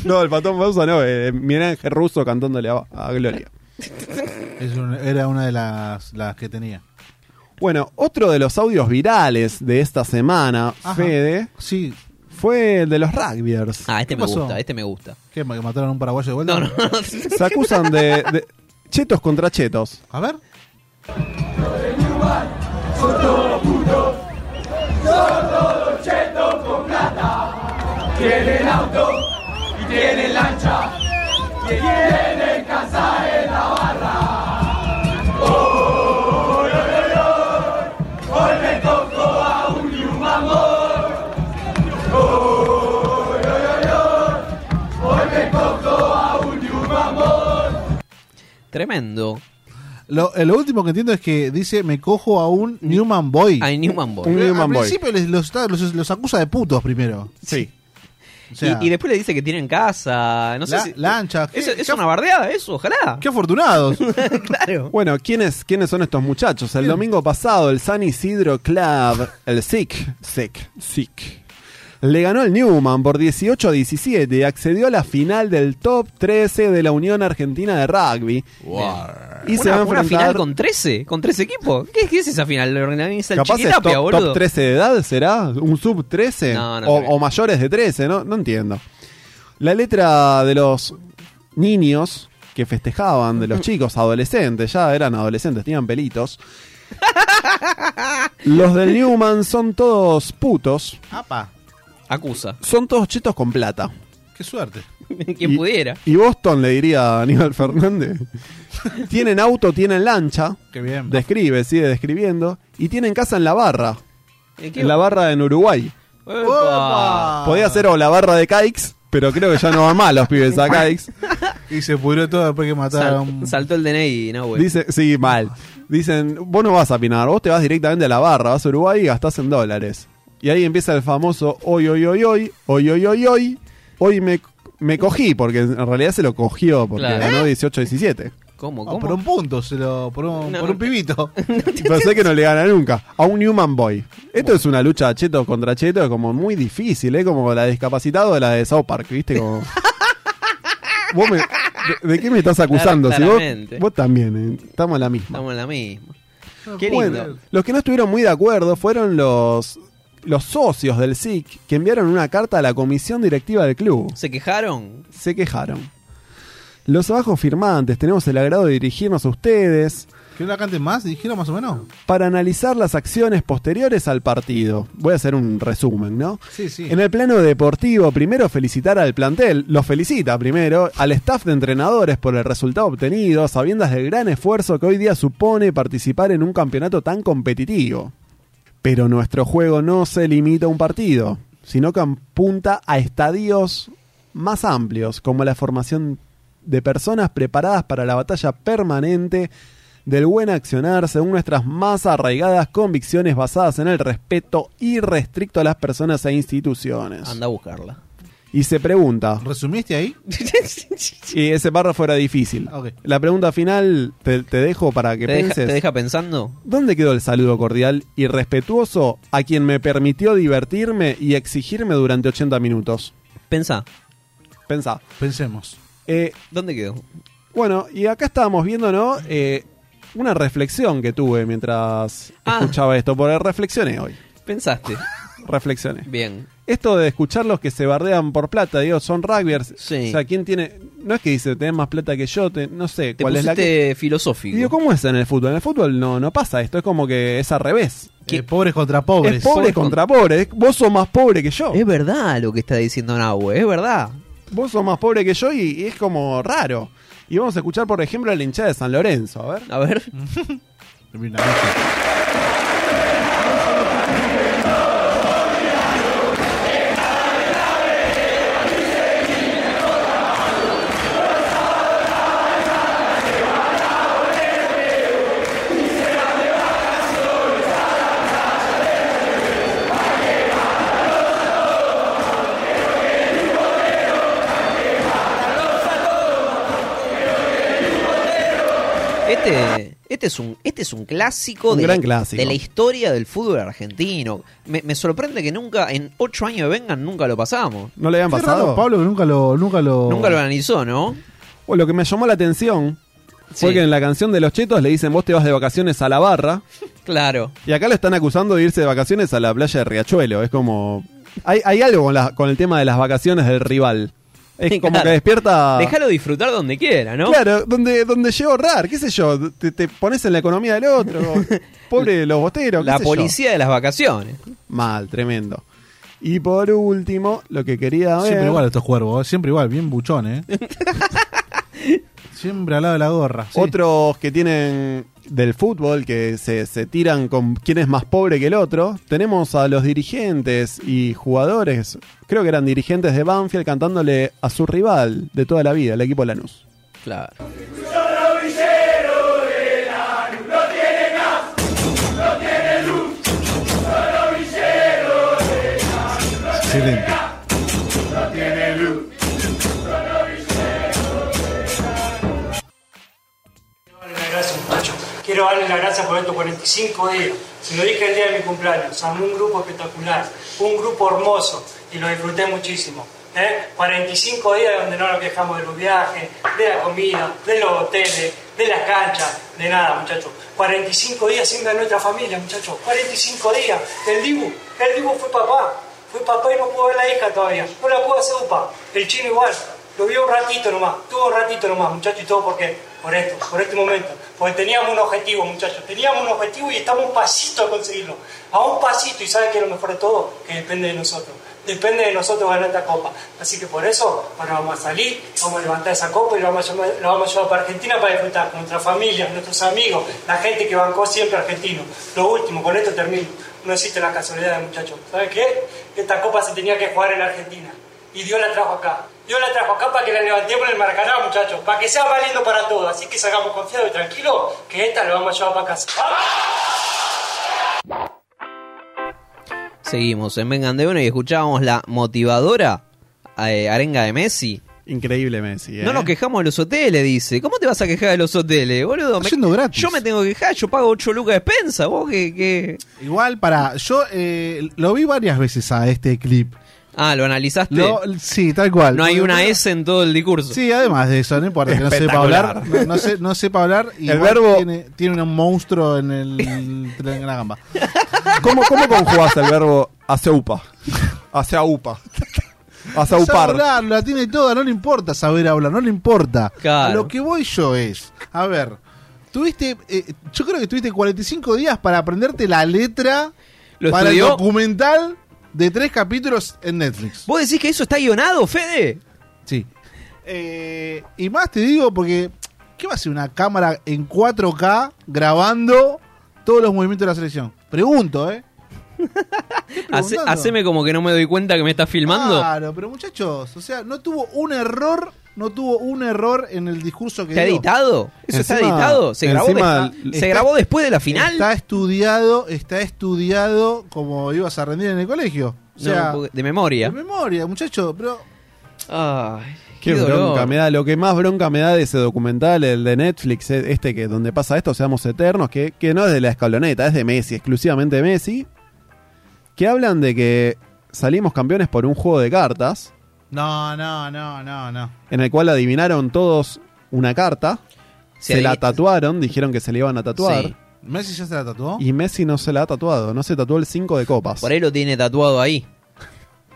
No, el patrón Bausa no, eh, Miguel Ángel Russo cantándole a, a Gloria. Es un- era una de las, las que tenía. Bueno, otro de los audios virales de esta semana, Ajá. Fede, Sí, fue el de los rugbyers. Ah, este ¿Qué me pasó? gusta, este me gusta. ¿Qué? ¿Que mataron a un paraguayo de vuelta? No, no, no. Se acusan de, de chetos contra chetos. A ver. Tremendo. Lo, eh, lo último que entiendo es que dice, me cojo a un Newman Boy. Ay, Newman Boy. Un Pero Newman Al Boy. principio les- los, está- los- los acusa de putos primero. Sí. O sea, y, y después le dice que tienen casa. No sé La- si- lancha. Es, ¿Qué- es qué- una bardeada eso, ojalá. ¡Qué afortunados! claro. Bueno, ¿quiénes, ¿quiénes son estos muchachos? El domingo pasado, el San Isidro Club, el SIC, SIC, SIC, le ganó el Newman por 18 a 17 y accedió a la final del top 13 de la Unión Argentina de Rugby. Y se va a una, una final enfrentar. con 13, con 13 equipos. ¿Qué, qué es esa final? Lo organiza el Capaz es Chiquitapia, top, boludo. top 13 de edad, ¿será? ¿Un sub 13? No, no o, creo. o mayores de 13, ¿no? No entiendo. La letra de los niños que festejaban de los chicos, adolescentes, ya eran adolescentes, tenían pelitos. Los del Newman son todos putos. Apa, Acusa. Son todos chetos con plata. qué suerte. Quien Y- pudiera. Y Boston le diría a Aníbal Fernández. tienen auto, tienen lancha. Qué bien. Describe, sigue describiendo. Y tienen casa en la barra. ¿Y qué? En la barra en Uruguay. ¡Opa! Podía Ah. ser o la barra de Caix, pero creo que ya no van mal los pibes a Caix. Y se pudrió todo después que mataron. Sal- saltó el DNI, no, güey. Um, Dice, sí, mal. Dicen, vos no vas a Pinar, vos te vas directamente a la barra, vas a Uruguay y gastás en dólares. Y ahí empieza el famoso hoy, hoy, hoy, hoy, hoy, hoy, hoy, hoy, hoy me, me cogí, porque en realidad se lo cogió, porque Claro. ganó 18-17. ¿Cómo, Ah, por un punto, se lo, por, un, No. por un pibito. Pensé que no le gana nunca. A un Newman Boy. Esto es una lucha cheto contra cheto, como muy difícil, ¿eh? Como la de discapacitado de la de South Park, ¿viste? Como... ¿Vos me- de, de qué me estás acusando? Si vos, Claramente. vos también, eh, estamos en la misma. Estamos en la misma. Qué lindo. Bueno, los que no estuvieron muy de acuerdo fueron los, los socios del SIC que enviaron una carta a la comisión directiva del club. ¿Se quejaron? Se quejaron. Los abajo firmantes, tenemos el agrado de dirigirnos a ustedes ¿Que no la canten más? ¿Dijeron más o menos? para analizar las acciones posteriores al partido. Voy a hacer un resumen, ¿no? Sí, sí. En el plano deportivo, primero felicitar al plantel, los felicita primero, al staff de entrenadores por el resultado obtenido, sabiendas del gran esfuerzo que hoy día supone participar en un campeonato tan competitivo. Pero nuestro juego no se limita a un partido, sino que apunta a estadios más amplios, como la formación de personas preparadas para la batalla permanente del buen accionar según nuestras más arraigadas convicciones basadas en el respeto irrestricto a las personas e instituciones. Anda a buscarla. Y se pregunta, ¿Resumiste ahí? y ese párrafo era difícil. Ok. La pregunta final te, te dejo para que ¿Te deja, pienses. ¿Te deja pensando? ¿Dónde quedó el saludo cordial y respetuoso a quien me permitió divertirme y exigirme durante 80 minutos? Pensá. Pensá. Eh, Pensemos. ¿Dónde quedó? Bueno, y acá estábamos viendo, ¿no? Eh, una reflexión que tuve mientras Ah. escuchaba esto, porque reflexioné hoy. Pensaste. Reflexioné. Bien. Esto de escuchar los que se bardean por plata, digo, son rugbyers. O sea, ¿quién tiene.? No es que dice, tenés más plata que yo, te- no sé, Te cuál es la que. pusiste Y filosófico. digo, ¿cómo es en el fútbol? En el fútbol no, no pasa esto, es como que es al revés. Eh, pobres contra pobres. Es pobres contra pobres, es- vos sos más pobre que yo. Es verdad lo que está diciendo Nahue, es verdad. Vos sos más pobre que yo y, y es como raro. Y vamos a escuchar, por ejemplo, a la hinchada de San Lorenzo, a ver. A ver. Este, este, es un, este es un clásico, Un de, gran clásico. de la historia del fútbol argentino. Me, me sorprende que nunca, en ocho años de vengan, nunca lo pasamos. ¿No le habían Qué pasado? raro, Pablo, que nunca lo. Nunca Oh. lo... Nunca lo analizó, ¿no? O lo que me llamó la atención fue Sí. que en la canción de los chetos le dicen, vos te vas de vacaciones a la barra. Claro. Y acá lo están acusando de irse de vacaciones a la playa de Riachuelo. Es como. Hay, hay algo con, la- con el tema de las vacaciones del rival. Es como Claro. que despierta. Déjalo disfrutar donde quiera, ¿no? Claro, donde, donde llegó Rar, qué sé yo, te, te pones en la economía del otro, pobre de los bosteros. qué La sé yo. policía de las vacaciones. Mal, tremendo. Y por último, lo que quería ver. Siempre igual estos cuervos, eh, siempre igual, bien buchón, ¿eh? siempre al lado de la gorra. sí. Otros que tienen del fútbol, que se, se tiran con quién es más pobre que el otro. Tenemos a los dirigentes y jugadores, creo que eran dirigentes de Banfield, cantándole a su rival de toda la vida, el equipo Lanús. Claro. Excelente. Gracias, muchachos. Quiero darles las gracias por estos 45 días. Se lo dije el día de mi cumpleaños. Armé un grupo espectacular, un grupo hermoso y lo disfruté muchísimo. ¿eh? 45 días donde no nos quejamos de los viajes, de la comida, de los hoteles, de las canchas, de nada, muchachos. 45 días sin ver a nuestra familia, muchachos. 45 días. El Dibu, el Dibu fue papá. Fue papá y no pudo ver la hija todavía. No la pudo hacer upa. El chino igual. Lo vio un ratito nomás, tuvo un ratito nomás, muchachos, y todo por qué? Por esto, por este momento. Porque teníamos un objetivo, muchachos, teníamos un objetivo y estamos a un pasito a conseguirlo. A un pasito, y ¿saben qué es lo mejor de todo? Que depende de nosotros. Depende de nosotros ganar esta copa. Así que por eso, ahora vamos a salir, vamos a levantar esa copa y la vamos a llevar, la vamos a llevar para Argentina para disfrutar con nuestra familia, nuestros amigos, la gente que bancó siempre argentino. Lo último, con esto termino. No existe la casualidad, muchachos. ¿Saben qué? Esta copa se tenía que jugar en Argentina. Y Dios la trajo acá. Dios la trajo acá para que la levantemos en el Maracaná, muchachos. Para que sea valiendo para todos. Así que salgamos confiados y tranquilos, que esta la vamos a llevar para casa. Seguimos en Vengan de Uno y escuchábamos la motivadora eh, arenga de Messi. Increíble Messi, ¿eh? No nos quejamos de los hoteles, dice. ¿Cómo te vas a quejar de los hoteles, boludo? Me- Yo me tengo que quejar, yo pago 8 lucas de pensa, vos que... Igual, para, yo eh, lo vi varias veces a este clip. Ah, ¿lo analizaste? Lo- sí, tal cual. no hay Porque- una S en todo el discurso. Sí, además de eso, no importa que no sepa hablar. No, no sé- no sepa hablar. y El verbo- Tiene, tiene un monstruo en, el, en la gamba. ¿Cómo, ¿Cómo conjugás el verbo aceupa? Aceaupa. Azaupar. Sabe hablar, la tiene toda, no le importa saber hablar, no le importa. Claro. A lo que voy yo es, a ver, tuviste, eh, yo creo que tuviste 45 días para aprenderte la letra Lo para estudió. el documental de tres capítulos en Netflix. ¿Vos decís que eso está guionado, Fede? Sí. Eh, y más te digo porque, ¿qué va a hacer una cámara en 4K grabando todos los movimientos de la selección? Pregunto, ¿eh? Hace- preguntando. Ah, haceme como que no me doy cuenta que me estás filmando. Claro, pero muchachos, o sea, no tuvo un error, no tuvo un error en el discurso que ¿Está dio. editado? ¿Eso está Encima- editado? ¿Se grabó, encima- despa- está- ¿Se grabó después de la final? Está estudiado, está estudiado como ibas a rendir en el colegio. O No, sea, porque- de memoria. de memoria, muchachos, pero Ay, Qué, qué dolor. bronca me da. Lo que más bronca me da de ese documental, el de Netflix, eh, este que donde pasa esto, seamos eternos, que, que no es de la escaloneta, es de Messi, exclusivamente de Messi. Que hablan de que salimos campeones por un juego de cartas, no, no, no, no, no. en el cual adivinaron todos una carta, Se se, la adivi- tatuaron, dijeron que se la iban a tatuar. Sí. Messi ya se la tatuó. Y Messi no se la ha tatuado, no se tatuó el 5 de copas. Por ahí lo tiene tatuado ahí.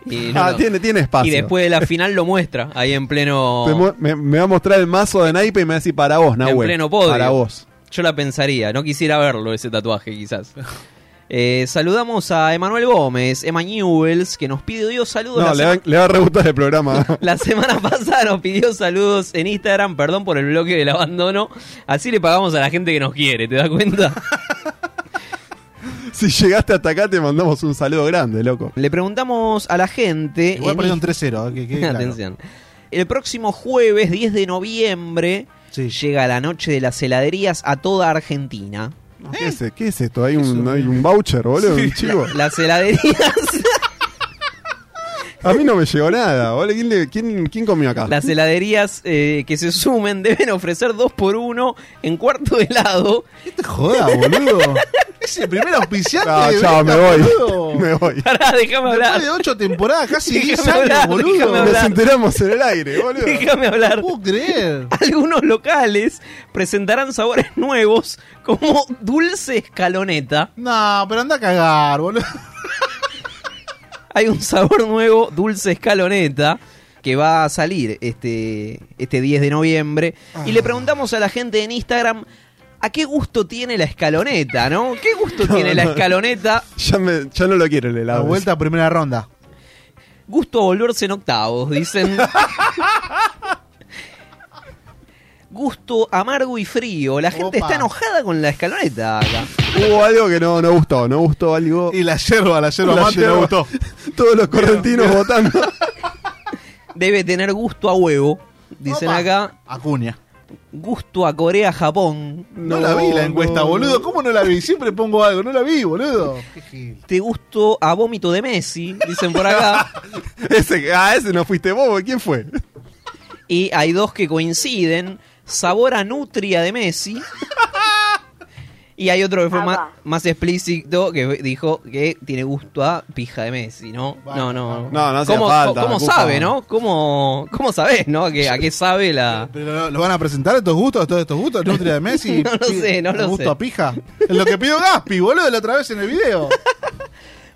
Y Ah, tiene- tiene espacio. Y después de la final lo muestra, ahí en pleno, Te mu- Me, me va a mostrar el mazo de naipe y me va a decir para vos, en Nahuel. pleno podio. Para vos. Yo la pensaría, no quisiera verlo ese tatuaje quizás. Eh, saludamos a Emanuel Gómez, Emma Newells, que nos pidió saludos. la No, le sema- va, le va a rebutar el programa. La semana pasada nos pidió saludos en Instagram, perdón por el bloque del abandono. Así le pagamos a la gente que nos quiere, ¿te das cuenta? si llegaste hasta acá, te mandamos un saludo grande, loco. ¿Eh? Le preguntamos a la gente. Igual en perdieron Inst- 3-0. eh, que quede claro. Atención. El próximo jueves 10 de noviembre llega la noche de las heladerías a toda Argentina. ¿Qué, es, qué es esto? ¿Hay un, eh. hay un voucher, boludo? Sí. un chivo. Las heladerías, A mí no me llegó nada, boludo. ¿Quién, le- quién- quién comió acá? las heladerías eh, que se sumen deben ofrecer dos por uno en cuarto de helado. Joda, boludo. Es el primer auspiciante. No, de chao, Venta, me voy. boludo. Ah, Me voy. Pará, déjame Después hablar. de ocho temporadas, casi Déjame 10 años, hablar, boludo. déjame hablar. Nos enteramos en el aire, boludo. Déjame hablar. No puedo creer. Algunos locales presentarán sabores nuevos como dulce escaloneta. No, pero anda a cagar, boludo. Hay un sabor nuevo, dulce escaloneta, que va a salir este, este 10 de noviembre. Y Ah. le preguntamos a la gente en Instagram. ¿A qué gusto tiene la escaloneta, no? ¿Qué gusto No, tiene la no. escaloneta? Ya, me- ya no lo quiero el helado. La vuelta a primera ronda. Gusto a volverse en octavos, dicen. Gusto amargo y frío. La gente está enojada con la escaloneta acá. Hubo algo que no, no gustó, no gustó algo. Y la yerba, la yerba mate no gustó. Todos los correntinos votando. Debe tener gusto a huevo, dicen Opa. acá. Acuña. Gusto a Corea, Japón. No, la vi la encuesta, boludo. ¿Cómo no la vi? Siempre pongo algo. No la vi, boludo. Te gusto a vómito de Messi, dicen por acá. ese, ah, ese no fuiste vos, ¿quién fue? Y hay dos que coinciden. Sabor a nutria de Messi. Y hay otro que fue más, más explícito que dijo que tiene gusto a pija de Messi, ¿no? No, no. No, no hacía ¿Cómo, falta, ¿Cómo Cuca. sabe, no? ¿Cómo, cómo sabés, no? ¿A qué, a qué sabe la...? Pero ¿lo, lo van a presentar estos gustos, todos estos gustos? ¿Nutria de Messi? No lo sé, no lo ¿Gusto sé. a pija? Es lo que pidió Gaspi, boludo, la otra vez en el video.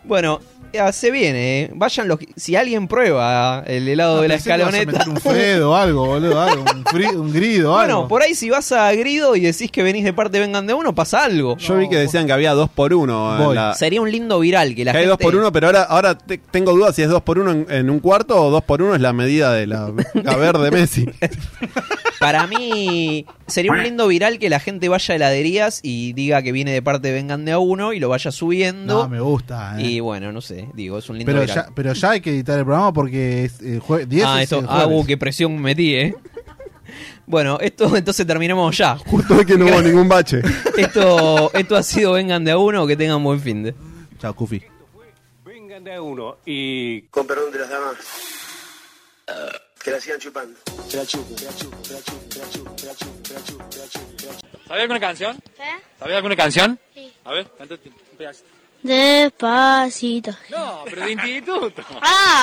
Bueno, Ah, se viene, eh. Vayan los. Si alguien prueba el helado Ah, de la pensé que ibas a escaloneta. meter un Fredo, algo, boludo, algo, un, fri- un grido, algo. Bueno, por ahí si vas a Grido y decís que venís de parte vengan de uno, pasa algo. Yo vi que decían que había dos por uno. en la- Sería un lindo viral que la que hay gente. Ah. dos por uno, pero ahora, ahora te- tengo dudas si es dos por uno en, en un cuarto o dos por uno es la medida de la caber de Messi. Para mí sería un lindo viral que la gente vaya a heladerías y diga que viene de parte vengan de a uno y lo vaya subiendo. No, me gusta, eh. Y bueno, no sé, digo, es un lindo pero, viral. ya, pero ya hay que editar el programa porque es eh, jue- 10 ah, es esto, el ah, jueves. uh, qué presión me metí, eh. Bueno, esto entonces terminemos ya. Justo que no hubo ningún bache. Esto, esto ha sido vengan de a uno, que tengan buen fin de. Chao, Cufi. Vengan de a uno y. Con perdón de las damas. Que la sigan chupando. Que la chupen, que la chupen, que la chupen, que la chupen, que la chupen, que la chupen, que la chupen, que la chupen. ¿Sabés alguna canción? ¿Eh? ¿Sabés alguna canción? Sí. A ver, cántate un pedacito. Despacito. No, pero de instituto. ¡Ah!